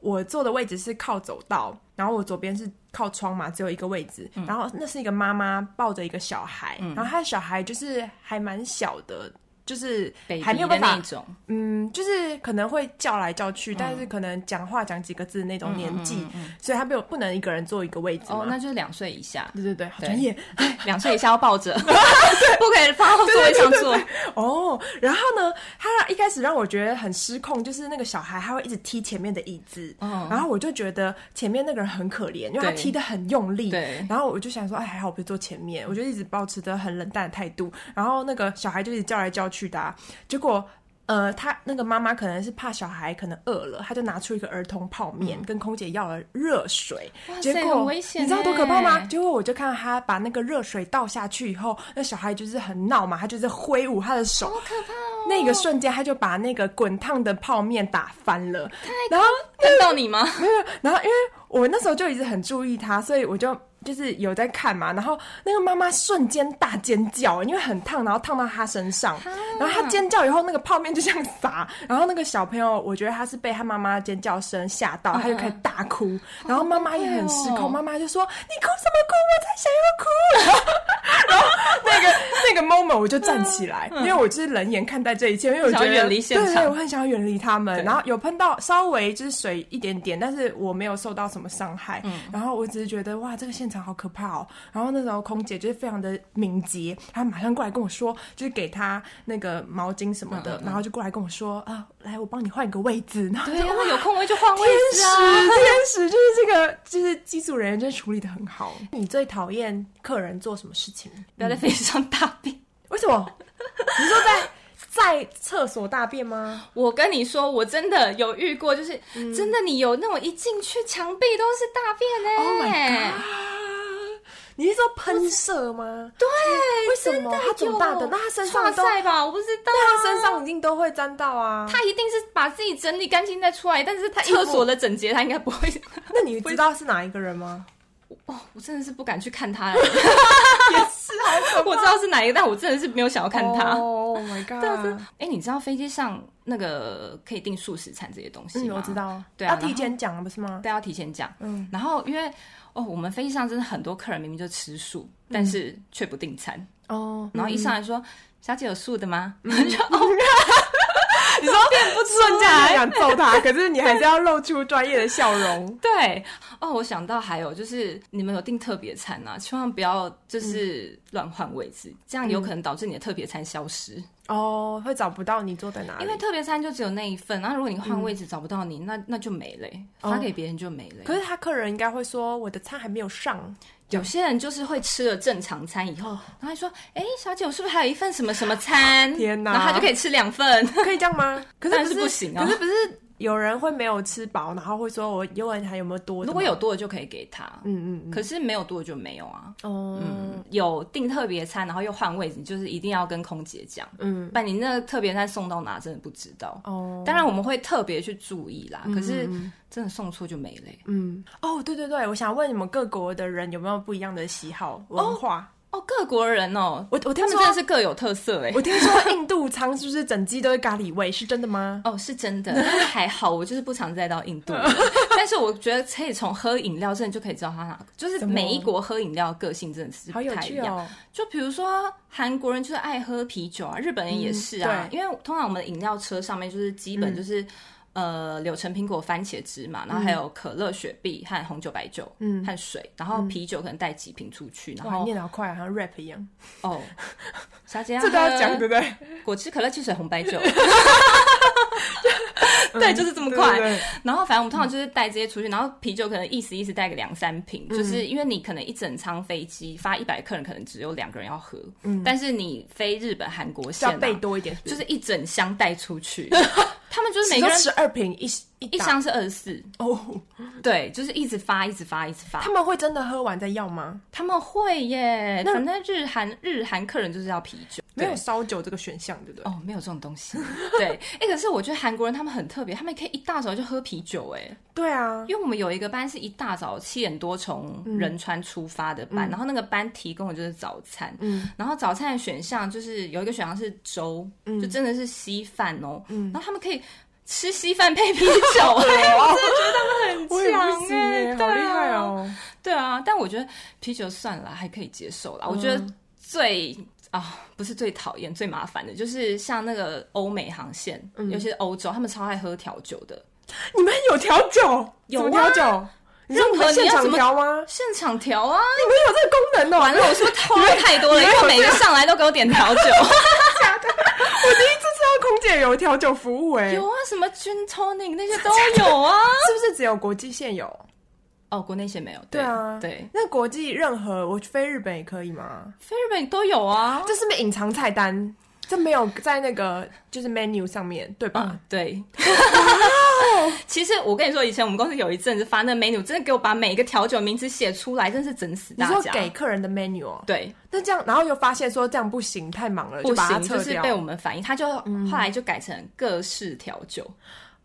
Speaker 2: 我坐的位置是靠走道，然后我左边是靠窗嘛，只有一个位置。然嗯后那是一个妈妈抱着一个小孩，然后她的小孩就是还蛮小的。就是
Speaker 1: 北
Speaker 2: 还没
Speaker 1: 鼻
Speaker 2: 有
Speaker 1: 的
Speaker 2: 办
Speaker 1: 那
Speaker 2: 法，
Speaker 1: 种，
Speaker 2: 嗯，就是可能会叫来叫去，但
Speaker 1: 嗯
Speaker 2: 是可能讲话讲几个字那种年纪，所以他没有不能一个人坐一个位置嘛。
Speaker 1: 哦，那就是两岁以下，
Speaker 2: 对对对，好
Speaker 1: 对
Speaker 2: 专业
Speaker 1: 两岁以下要抱 着，不可以放到座位上坐。
Speaker 2: 哦。然后呢，他一开始让我觉得很失控，就是那个小孩他会一直踢前面的椅子，
Speaker 1: 嗯
Speaker 2: 然后我就觉得前面那个人很可怜，因为他
Speaker 1: 对
Speaker 2: 踢得很用力，
Speaker 1: 对
Speaker 2: 然后我就想说，哎，还好我不是坐前面，我就一直保持着很冷淡的态度。然后那个小孩就一直叫来叫去的、啊，结果。呃，他那个妈妈可能是怕小孩可能饿了，他就拿出一个儿童泡面，跟空姐要了热水。
Speaker 1: 嗯哇
Speaker 2: 结
Speaker 1: 塞
Speaker 2: 果
Speaker 1: 很危险
Speaker 2: 你知道多可怕吗？
Speaker 1: 欸
Speaker 2: 结果我就看到他把那个热水倒下去以后，那小孩就是很闹嘛，他就是挥舞他的手，
Speaker 1: 好可怕哦！
Speaker 2: 那个瞬间他就把那个滚烫的泡面打翻了。然后
Speaker 1: 看到你吗？
Speaker 2: 没有，然后因为我那时候就一直很注意他，所以我就就是有在看嘛。然后那个妈妈瞬间大尖叫，因为很烫，然后烫到她身上。然后她尖叫以后，那个泡面就这样洒。然后那个小朋友，我觉得他是被他妈妈尖叫声吓到，他就开始大哭。然后妈妈也很失
Speaker 1: 嗯好崩溃哦
Speaker 2: 控，妈妈就说：“你哭什么哭？我才想要哭。” 那个那个 moment 我就站起来，因为我就是冷眼看待这一切，因为我觉得
Speaker 1: 嗯想要远离现
Speaker 2: 对
Speaker 1: 场
Speaker 2: 对，我很想要远离他们。然后有碰到稍微就是水一点点，但是我没有受到什么伤害。然后我只是觉得哇，这个现场好可怕哦。然后那时候空姐就是非常的敏捷，她马上过来跟我说，就是给她那个毛巾什么的，然后就过来跟我说啊，来我帮你换一个位置。然后
Speaker 1: 对
Speaker 2: 我就
Speaker 1: 啊，
Speaker 2: 哇
Speaker 1: 有空位就换位
Speaker 2: 天
Speaker 1: 置
Speaker 2: 使，
Speaker 1: 啊。
Speaker 2: 天使就是这个，就是机组人员，真的处理的很好。你最讨厌客人做什么事情？
Speaker 1: 不要在飞机上大便。
Speaker 2: 为什么？你说在在厕所大便吗？
Speaker 1: 我跟你说，我真的有遇过，就是、
Speaker 2: 嗯
Speaker 1: 真的，你有那种一进去墙壁都是大便欸呢、
Speaker 2: Oh my 你是说喷射吗？
Speaker 1: 对，
Speaker 2: 为什么
Speaker 1: 真的
Speaker 2: 他怎么大的
Speaker 1: 有
Speaker 2: 那他身上
Speaker 1: 哇
Speaker 2: 都
Speaker 1: 塞吧，我不知
Speaker 2: 对
Speaker 1: 道、
Speaker 2: 啊，身。上一定都会沾到啊。
Speaker 1: 他一定是把自己整理干净再出来，但是他
Speaker 2: 衣服
Speaker 1: 厕所的整洁他应该不会。
Speaker 2: 那你知道是哪一个人吗？
Speaker 1: 哦，我真的是不敢去看他了。
Speaker 2: 也是，好可
Speaker 1: 我知道是哪一个，但我真的是没有想要看他。
Speaker 2: Oh my god！
Speaker 1: 但是，哎、你知道飞机上那个可以订素食餐这些东西
Speaker 2: 嗯，
Speaker 1: 吗？
Speaker 2: 我知，道，
Speaker 1: 对啊
Speaker 2: 要提前讲了不是吗？
Speaker 1: 都要提前讲。
Speaker 2: 嗯，
Speaker 1: 然后因为哦，我们飞机上真的很多客人明明就吃素，但是却不订餐，
Speaker 2: 哦，
Speaker 1: 然后一
Speaker 2: 嗯
Speaker 1: 上来说：“小姐有素的吗？”就哦，
Speaker 2: 你说变不顺下来，想揍 他，可是你还是要露出专业的笑容。
Speaker 1: 对哦，我想到还有就是，你们有订特别餐啊，千万不要
Speaker 2: 嗯
Speaker 1: 就是乱换位置，这样有可能导致你的特别餐消失。
Speaker 2: 哦，会找不到你坐在哪里嗯
Speaker 1: 因为特别餐就只有那一份，然后如果你换位置找不到你，那那就没嘞、发
Speaker 2: 哦
Speaker 1: 给别人就没嘞、
Speaker 2: 可是他客人应该会说我的餐还没有上，
Speaker 1: 有些人就是会吃了正常餐以
Speaker 2: 哦
Speaker 1: 后，然后还说：“哎、小姐，我是不是还有一份什么什么餐？”
Speaker 2: 天哪
Speaker 1: 然后他就可以吃两份。
Speaker 2: 可以这样吗？可
Speaker 1: 当然
Speaker 2: 是
Speaker 1: 是不行啊
Speaker 2: 可是不是有人会没有吃饱，然后会说我有人还有没有多的吗？
Speaker 1: 如果有多的就可以给他，
Speaker 2: 嗯，嗯
Speaker 1: 可是没有多的就没有啊。
Speaker 2: 嗯，哦，
Speaker 1: 嗯，有订特别餐，然后又换位置，就是一定要跟空姐讲，
Speaker 2: 嗯，
Speaker 1: 不然你那个特别餐送到哪真的不知道。
Speaker 2: 哦，
Speaker 1: 当然我们会特别去注意啦，可是真的送错就没嘞、
Speaker 2: 嗯，哦，对对对，我想问你们各国的人有没有不一样的喜好文化？
Speaker 1: 哦，各国人哦，
Speaker 2: 我我
Speaker 1: 他
Speaker 2: 听
Speaker 1: 们
Speaker 2: 说
Speaker 1: 真的是各有特色哎、
Speaker 2: 我听说印度餐是不是整鸡都是咖喱味？是真的吗？
Speaker 1: 哦，是真 的，但是还好，我就是不常再到印度， 但是我觉得可以从喝饮料真的就可以知道他哪，就是
Speaker 2: 怎么
Speaker 1: 每一国喝饮料的个性真的是
Speaker 2: 好
Speaker 1: 不
Speaker 2: 有
Speaker 1: 太一
Speaker 2: 趣
Speaker 1: 样。
Speaker 2: 哦，
Speaker 1: 就比如说韩国人就是爱喝啤酒啊，日本人也是啊，
Speaker 2: 嗯对嗯
Speaker 1: 因为通常我们的饮料车上面就是基本就是、呃柳橙、苹果、番茄汁嘛，然后还有可乐、雪碧和红酒、白酒，嗯，和水，然后啤酒可能带几瓶出去，然
Speaker 2: 哇，
Speaker 1: 后
Speaker 2: 念得好快，好像 rap 一样，
Speaker 1: 哦，小姐要
Speaker 2: 这都要
Speaker 1: 喝
Speaker 2: 讲对不对？
Speaker 1: 果汁、可乐、汽水、红白酒。 对， 就是这么快。
Speaker 2: 嗯对对对
Speaker 1: 然后反正我们通常就是带这些出去，然后啤酒可能意思意思带个两三瓶，
Speaker 2: 嗯
Speaker 1: 就是因为你可能一整舱飞机发一百客人，可能只有两个人要喝，但是你飞日本、韩国
Speaker 2: 是
Speaker 1: 线、
Speaker 2: 嗯要
Speaker 1: 啊、
Speaker 2: 备多一点，
Speaker 1: 就是是一整箱带出去， 他们就是每
Speaker 2: 每
Speaker 1: 个
Speaker 2: 个
Speaker 1: 人
Speaker 2: 十二瓶一一
Speaker 1: 一
Speaker 2: 打
Speaker 1: 箱是二十四，
Speaker 2: 哦，
Speaker 1: 对，就是一直发，一直发，一直发
Speaker 2: 他。们会真的喝完再要吗？
Speaker 1: 他们会耶，反正日韩日韩客人就是要啤酒，
Speaker 2: 没有
Speaker 1: 对
Speaker 2: 烧酒这个选项，对不对？
Speaker 1: 哦，没有这种东西。对，哎、可是我觉得韩国人他们很特别，他们可以一大早就喝啤酒、哎，
Speaker 2: 对啊，
Speaker 1: 因为我们有一个班是一大早七点多从仁川出发的班，然后那个班提供的就是早餐，
Speaker 2: 嗯
Speaker 1: 然后早餐的选项就是有一个选项是粥，就真的是稀饭哦，然后他们可以吃稀饭配啤酒、哎 我真的
Speaker 2: 我也
Speaker 1: 觉得他们
Speaker 2: 不
Speaker 1: 很
Speaker 2: 行
Speaker 1: 强哎、
Speaker 2: 耶，好
Speaker 1: 对啊
Speaker 2: 厉害！哦！
Speaker 1: 对啊，但我觉得啤酒算了，还可以接受啦。我觉得最啊，不是最讨厌、最麻烦的，就是像那个欧美航线，尤其是欧洲，他们超爱喝调酒的。
Speaker 2: 你们有调酒？
Speaker 1: 有
Speaker 2: 怎么
Speaker 1: 啊
Speaker 2: 调酒？你是
Speaker 1: 任何
Speaker 2: 现
Speaker 1: 你要
Speaker 2: 场
Speaker 1: 怎么
Speaker 2: 调吗？
Speaker 1: 现场调啊！
Speaker 2: 你们有这个功能哦、
Speaker 1: 完了，我是不是偷了太多了？
Speaker 2: 你
Speaker 1: 因
Speaker 2: 们
Speaker 1: 为
Speaker 2: 有
Speaker 1: 我每个上来都给我点调酒。
Speaker 2: 我第一次知道空姐有调酒服务、哎，
Speaker 1: 有啊，什么 gin tonic 那些都有啊。
Speaker 2: 是不是只有国际线有？
Speaker 1: 哦，国内线没有。
Speaker 2: 对啊
Speaker 1: 对，
Speaker 2: 那国际任何我飞日本也可以吗？
Speaker 1: 飞日本都有啊。
Speaker 2: 这是不是隐藏菜单？这没有在那个就是 menu 上面对吧？
Speaker 1: 嗯，对。
Speaker 2: 哦
Speaker 1: 其实我跟你说，以前我们公司有一阵子发那 menu，真的给我把每一个调酒名字写出来，真是整死
Speaker 2: 你
Speaker 1: 大
Speaker 2: 说
Speaker 1: 家。
Speaker 2: 给客人的 menu 哦、
Speaker 1: 对，
Speaker 2: 那这样然后又发现说这样不行，太忙了，
Speaker 1: 不
Speaker 2: 把它
Speaker 1: 行，
Speaker 2: 撤
Speaker 1: 就是
Speaker 2: 掉。嗯
Speaker 1: 被我们反映，他就后来就改成各式调酒。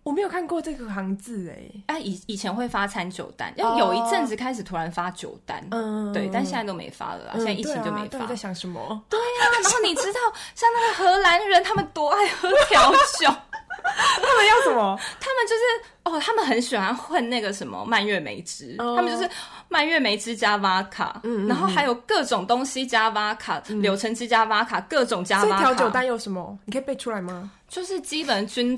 Speaker 2: 我没有看过这个行字哎、
Speaker 1: 哎、以以前会发餐酒单，要有一阵子开始突然发酒单，
Speaker 2: 哦嗯
Speaker 1: 对，但现在都没发了啦，现在疫情就没
Speaker 2: 对
Speaker 1: 发。
Speaker 2: 啊、到底在想什么？
Speaker 1: 对呀、然后你知道，像那个荷兰人，他们多爱喝调酒，
Speaker 2: 他们要什么？
Speaker 1: 他们就是哦，他们很喜欢混那个什么蔓越莓汁，
Speaker 2: 哦
Speaker 1: 他们就是蔓越莓汁加 vodka，、
Speaker 2: 嗯嗯嗯
Speaker 1: 然后还有各种东西加 vodka，、柳橙汁加 vodka，各种加
Speaker 2: 所以
Speaker 1: vodka，
Speaker 2: 调酒单有什么？你可以背出来吗？
Speaker 1: 就是基本君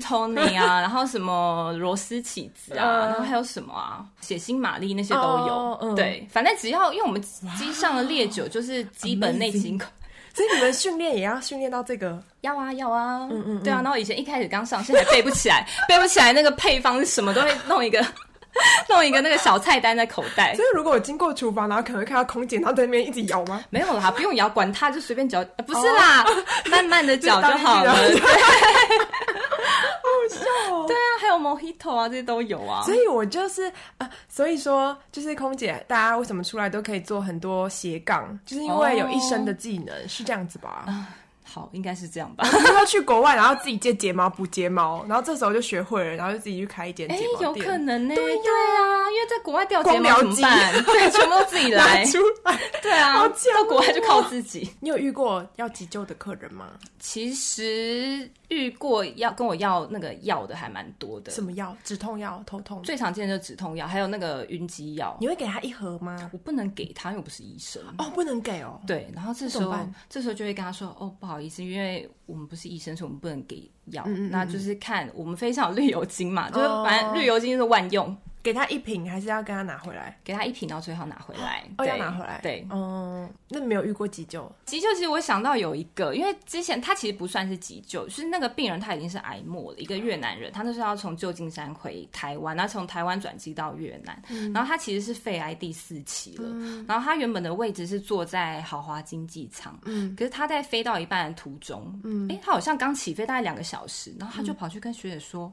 Speaker 1: Tony 啊，然后什么罗斯起子啊，
Speaker 2: 嗯
Speaker 1: 然后还有什么啊，血腥玛丽那些都有。
Speaker 2: 哦嗯
Speaker 1: 对，反正只要因为我们机上的烈酒就是基本内几款。
Speaker 2: 所以你们训练也要训练到这 个，
Speaker 1: 要啊要啊，
Speaker 2: 嗯嗯
Speaker 1: 对啊。然后以前一开始刚上线还背不起来， 背不起来那个配方是什么，都会弄一个 弄一个那个小菜单在口袋
Speaker 2: 所。以如果我经过厨房，然后可能会看到空姐，然后在那边一直摇 吗？
Speaker 1: 没有啦，不用摇，管它就随便搅，呃不是啦，慢慢的搅就好了。
Speaker 2: 哦 就当一
Speaker 1: 对
Speaker 2: 个
Speaker 1: 啊，
Speaker 2: 好笑哦。
Speaker 1: 还有 Mojito 啊，这些都有 啊。
Speaker 2: 所以我就是呃，所以说就是空姐，大家为什么出来都可以做很多斜杠，就是因为有一身的技能，是这样子 吧？
Speaker 1: 啊好，应该是这样吧。
Speaker 2: 然后去国外，然后自己接睫毛补睫毛，然后这时候就学会了，然后就自己去开一间
Speaker 1: 哎
Speaker 2: 睫，毛
Speaker 1: 有
Speaker 2: 店，
Speaker 1: 可能呢、对啊，因为在国外掉睫
Speaker 2: 光
Speaker 1: 毛
Speaker 2: 疗
Speaker 1: 怎么
Speaker 2: 机
Speaker 1: 办？对，全部都自己来
Speaker 2: 拿。出来。
Speaker 1: 对啊，
Speaker 2: 好强
Speaker 1: 到国外就
Speaker 2: 哦
Speaker 1: 靠自己。
Speaker 2: 你有遇过要急救的客人吗？
Speaker 1: 其实遇过要跟我要那个药的还蛮多的，
Speaker 2: 什么药？止痛药、头痛？
Speaker 1: 最常见的就是止痛药，还有那个晕机药。
Speaker 2: 你会给他一盒吗？
Speaker 1: 我不能给他，因为我不是医生。
Speaker 2: 哦，不能给哦。
Speaker 1: 对，然后这时
Speaker 2: 那怎
Speaker 1: 候
Speaker 2: 么办
Speaker 1: 这时候就会跟他说：“哦，不好意思，因为我们不是医生，所以我们不能给药。
Speaker 2: 嗯嗯嗯
Speaker 1: 那就是看我们非常有绿油精嘛，就是
Speaker 2: 哦
Speaker 1: 反正绿油精是万用，
Speaker 2: 给他一瓶，还是要跟他拿回来？
Speaker 1: 给他一瓶，然后最好拿回来。
Speaker 2: 哦，
Speaker 1: 对
Speaker 2: 要拿回来。
Speaker 1: 对，
Speaker 2: 嗯，那没有遇过急救，
Speaker 1: 急救其实我想到有一个，因为之前他其实不算是急救，就是那个病人他已经是癌末了，一个越南人，他那时候要从旧金山回台湾，然后从台湾转机到越南，
Speaker 2: 嗯
Speaker 1: 然后他其实是肺癌第四期了，然后他原本的位置是坐在豪华经济舱，
Speaker 2: 嗯
Speaker 1: 可是他在飞到一半的途中，嗯，哎，他好像刚起飞大概两个小时，然
Speaker 2: 嗯
Speaker 1: 后他就跑去跟学姐说，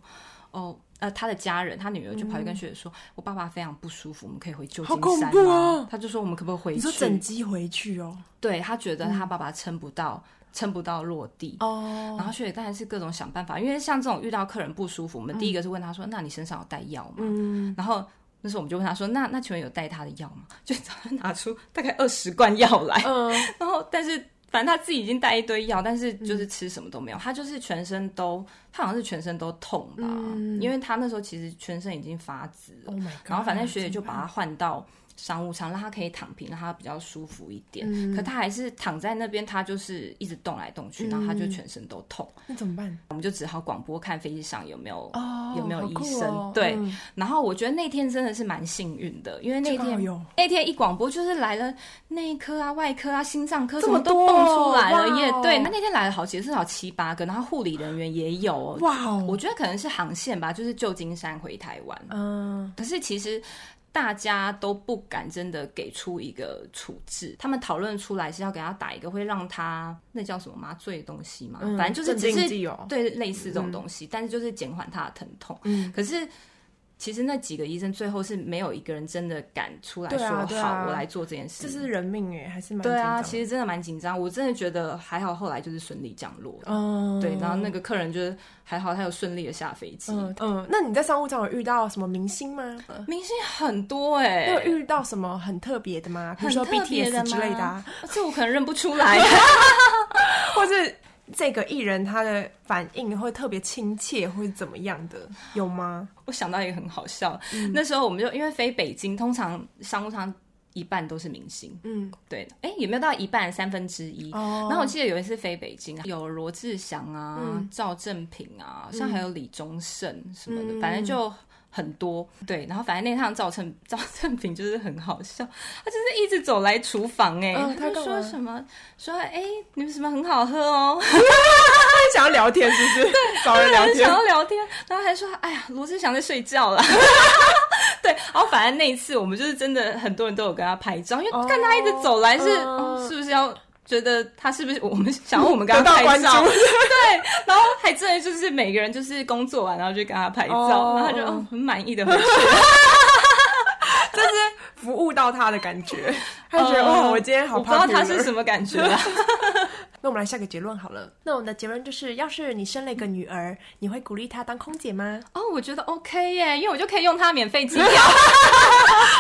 Speaker 1: 哦。呃，他的家人，他女儿就跑去跟学姐说：“我爸爸非常不舒服，我们可以回旧
Speaker 2: 嗯好
Speaker 1: 金山
Speaker 2: 恐怖
Speaker 1: 吗？”
Speaker 2: 哦
Speaker 1: 他就说：“我们可不可以回去？”
Speaker 2: 你说整机回去哦？
Speaker 1: 对他觉得他爸爸撑不到，撑、不到落地。
Speaker 2: 嗯哦，
Speaker 1: 然后学姐当然是各种想办法，因为像这种遇到客人不舒服，我们第一个是问他说：“那你身上有带药吗？”
Speaker 2: 嗯，
Speaker 1: 然后那时候我们就问他说：“那那请问有带他的药吗？”就找他拿出大概二十罐药来，
Speaker 2: 嗯，
Speaker 1: 然后但是反正他自己已经带一堆药，但是
Speaker 2: 嗯
Speaker 1: 就是吃什么都没有，他就是全身都，他好像是全身都痛吧，
Speaker 2: 嗯
Speaker 1: 因为他那时候其实全身已经发紫了。
Speaker 2: Oh my god！
Speaker 1: 然后反正学姐就把他换到商务舱，让他可以躺平，让他比较舒服一点。
Speaker 2: 嗯
Speaker 1: 可他还是躺在那边，他就是一直动来动去，然后他
Speaker 2: 嗯
Speaker 1: 就全身都痛。
Speaker 2: 那怎么办？
Speaker 1: 我们就只好广播看飞机上有没有。
Speaker 2: 哦
Speaker 1: 有没有
Speaker 2: 好
Speaker 1: 医
Speaker 2: 酷
Speaker 1: 生
Speaker 2: 哦
Speaker 1: 对
Speaker 2: 嗯
Speaker 1: 然后我觉得那天真的是蛮幸运的，因为那
Speaker 2: 就刚好
Speaker 1: 天
Speaker 2: 有
Speaker 1: 那天一广播就是来了内科啊、外科啊、心脏科，
Speaker 2: 这
Speaker 1: 什
Speaker 2: 么
Speaker 1: 么
Speaker 2: 多
Speaker 1: 都蹦出来了耶
Speaker 2: 哇哦！
Speaker 1: 对，那那天来了好几个，至少七八个，然后护理人员也有哦。
Speaker 2: 哇哦，
Speaker 1: 我觉得可能是航线吧，就是旧金山回台湾。
Speaker 2: 嗯，
Speaker 1: 可是其实大家都不敢真的给出一个处置，他们讨论出来是要给他打一个会让他那叫什么麻醉的东西嘛，
Speaker 2: 嗯
Speaker 1: 反正就是
Speaker 2: 镇
Speaker 1: 只
Speaker 2: 定
Speaker 1: 是
Speaker 2: 剂哦，
Speaker 1: 对类似这种东西，但是就是减缓他的疼痛。
Speaker 2: 嗯
Speaker 1: 可是。其实那几个医生最后是没有一个人真的敢出来
Speaker 2: 对
Speaker 1: 说
Speaker 2: 啊
Speaker 1: 好，
Speaker 2: 对啊
Speaker 1: 我来做这件事。
Speaker 2: 这是人命哎，还是蛮
Speaker 1: 对啊，
Speaker 2: 紧张的
Speaker 1: 其实真的蛮紧张。我真的觉得还好，后来就是顺利降落。
Speaker 2: 嗯，
Speaker 1: 对，然后那个客人就是还好，他有顺利的下飞机。
Speaker 2: 嗯嗯，那你在商务舱有遇到什么明星吗？
Speaker 1: 明星很多哎、
Speaker 2: 你有遇到什么很特别的吗？比如说
Speaker 1: 很特别的
Speaker 2: BTS 之类的 啊，
Speaker 1: 这我可能认不 出来。
Speaker 2: 或是这个艺人他的反应会特别亲切，或是怎么样的，有吗？
Speaker 1: 我想到一个很好笑，那时候我们就因为飞北京，通常商务舱一半都是明星，
Speaker 2: 嗯，
Speaker 1: 对，哎，有没有到一半三分之一？
Speaker 2: 哦，
Speaker 1: 然后我记得有一次飞北京，有罗志祥啊、
Speaker 2: 嗯
Speaker 1: 赵正平啊，像还有李宗盛什么的，
Speaker 2: 嗯
Speaker 1: 反正就很多。对，然后反正那趟赵正赵正平就是很好笑，他就是一直走来厨房哎、
Speaker 2: 嗯
Speaker 1: 他
Speaker 2: 他
Speaker 1: 就
Speaker 2: 干嘛
Speaker 1: 说什么说哎、你们什么很好喝哦，
Speaker 2: 他想要聊天是 不是？找人聊
Speaker 1: 很
Speaker 2: 天
Speaker 1: 想，要聊天，然后还说哎呀罗志祥在睡觉啦。 对，然后反正那一次我们就是真的很多人都有跟他拍照，因
Speaker 2: 哦
Speaker 1: 为看他一直走来是、
Speaker 2: 嗯
Speaker 1: 哦是不是要觉得他是不是 我们想要我们跟
Speaker 2: 得
Speaker 1: 他
Speaker 2: 到
Speaker 1: 拍
Speaker 2: 关注
Speaker 1: 照，，然后还真的就是每个人就是工作完，然后就跟他拍照，
Speaker 2: 哦
Speaker 1: 然后他就、哦很 满意的回去。
Speaker 2: 服务到他的感觉， 他觉得哦
Speaker 1: 呃
Speaker 2: 哇，我今天好
Speaker 1: 我不知道他
Speaker 2: popular
Speaker 1: 是什么感 觉啦。
Speaker 3: 那我们来下个结论好了。那我们的结论就是，要是你生了一个女儿，你会鼓励她当空姐吗？
Speaker 1: 哦，我觉得 OK 耶，因为我就可以用他免费机票。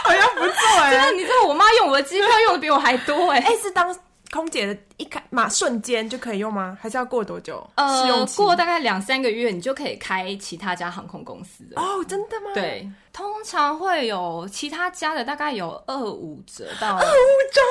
Speaker 2: 好像不错哎、
Speaker 1: 那你知道我妈用我的机票用的比我还多哎。
Speaker 2: 哎、是当空姐的一开马瞬间就可以用吗？还是要过多久？试
Speaker 1: 呃
Speaker 2: 用，期
Speaker 1: 过大概两三个月，你就可以开其他家航空公司了。
Speaker 2: 哦，真的吗？，
Speaker 1: 对，通常会有其他家的，大概有二五折到二五折，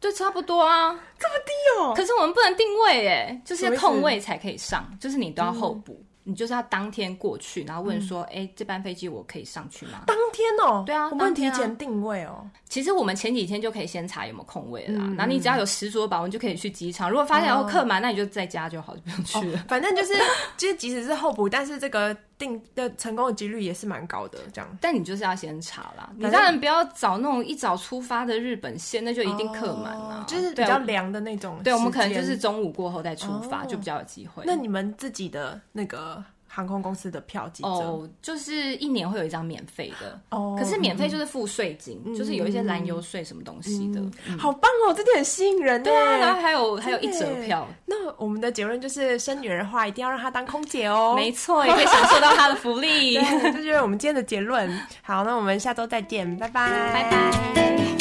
Speaker 1: 对，差不多啊。
Speaker 2: 这么低哦、
Speaker 1: 可是我们不能定位哎，就是
Speaker 2: 什么
Speaker 1: 要
Speaker 2: 意思
Speaker 1: 空位才可以上，就是你都要候补，
Speaker 2: 嗯
Speaker 1: 你就是要当天过去，然后问说，哎、这班飞机我可以上去吗？
Speaker 2: 当天哦、
Speaker 1: 对啊
Speaker 2: 我们
Speaker 1: 当
Speaker 2: 提
Speaker 1: 天啊
Speaker 2: 前定位哦、
Speaker 1: 其实我们前几天就可以先查有没有空位了
Speaker 2: 嗯
Speaker 1: 啦，然后你只要有十足的把握，你就可以去机场。如果发现
Speaker 2: 哦
Speaker 1: 要客满，那你就在家就好，就不用去了。
Speaker 2: 反正 就是，就是即使是候补，但是这个定的成功的几率也是蛮高的，这样。
Speaker 1: 但你就是要先查啦，你
Speaker 2: 反正
Speaker 1: 当然不要找那种一早出发的日本线，那就一定客满
Speaker 2: 哦
Speaker 1: 啦、
Speaker 2: 就是比
Speaker 1: 对啊
Speaker 2: 较凉的那种。
Speaker 1: 对，我们可能就是。中午过后再出发，就比较有机会。
Speaker 2: 那你们自己的那个航空公司的票几折？
Speaker 1: 哦，就是一年会有一张免费的，
Speaker 2: 哦嗯
Speaker 1: 可是免费就是付税金，就是有一些燃油税什么东西的。
Speaker 2: 好棒哦，这点很吸引人。
Speaker 1: 嗯对啊，然后还有还有一
Speaker 2: 真的
Speaker 1: 折
Speaker 2: 耶
Speaker 1: 票，
Speaker 2: 那我们的结论就是，生女儿的话一定要让她当空姐哦。
Speaker 1: 没错，也可以享受到它的福 利。
Speaker 2: 对，这就是我们今天的结论。好，那我们下周再见，拜拜，
Speaker 1: 拜拜。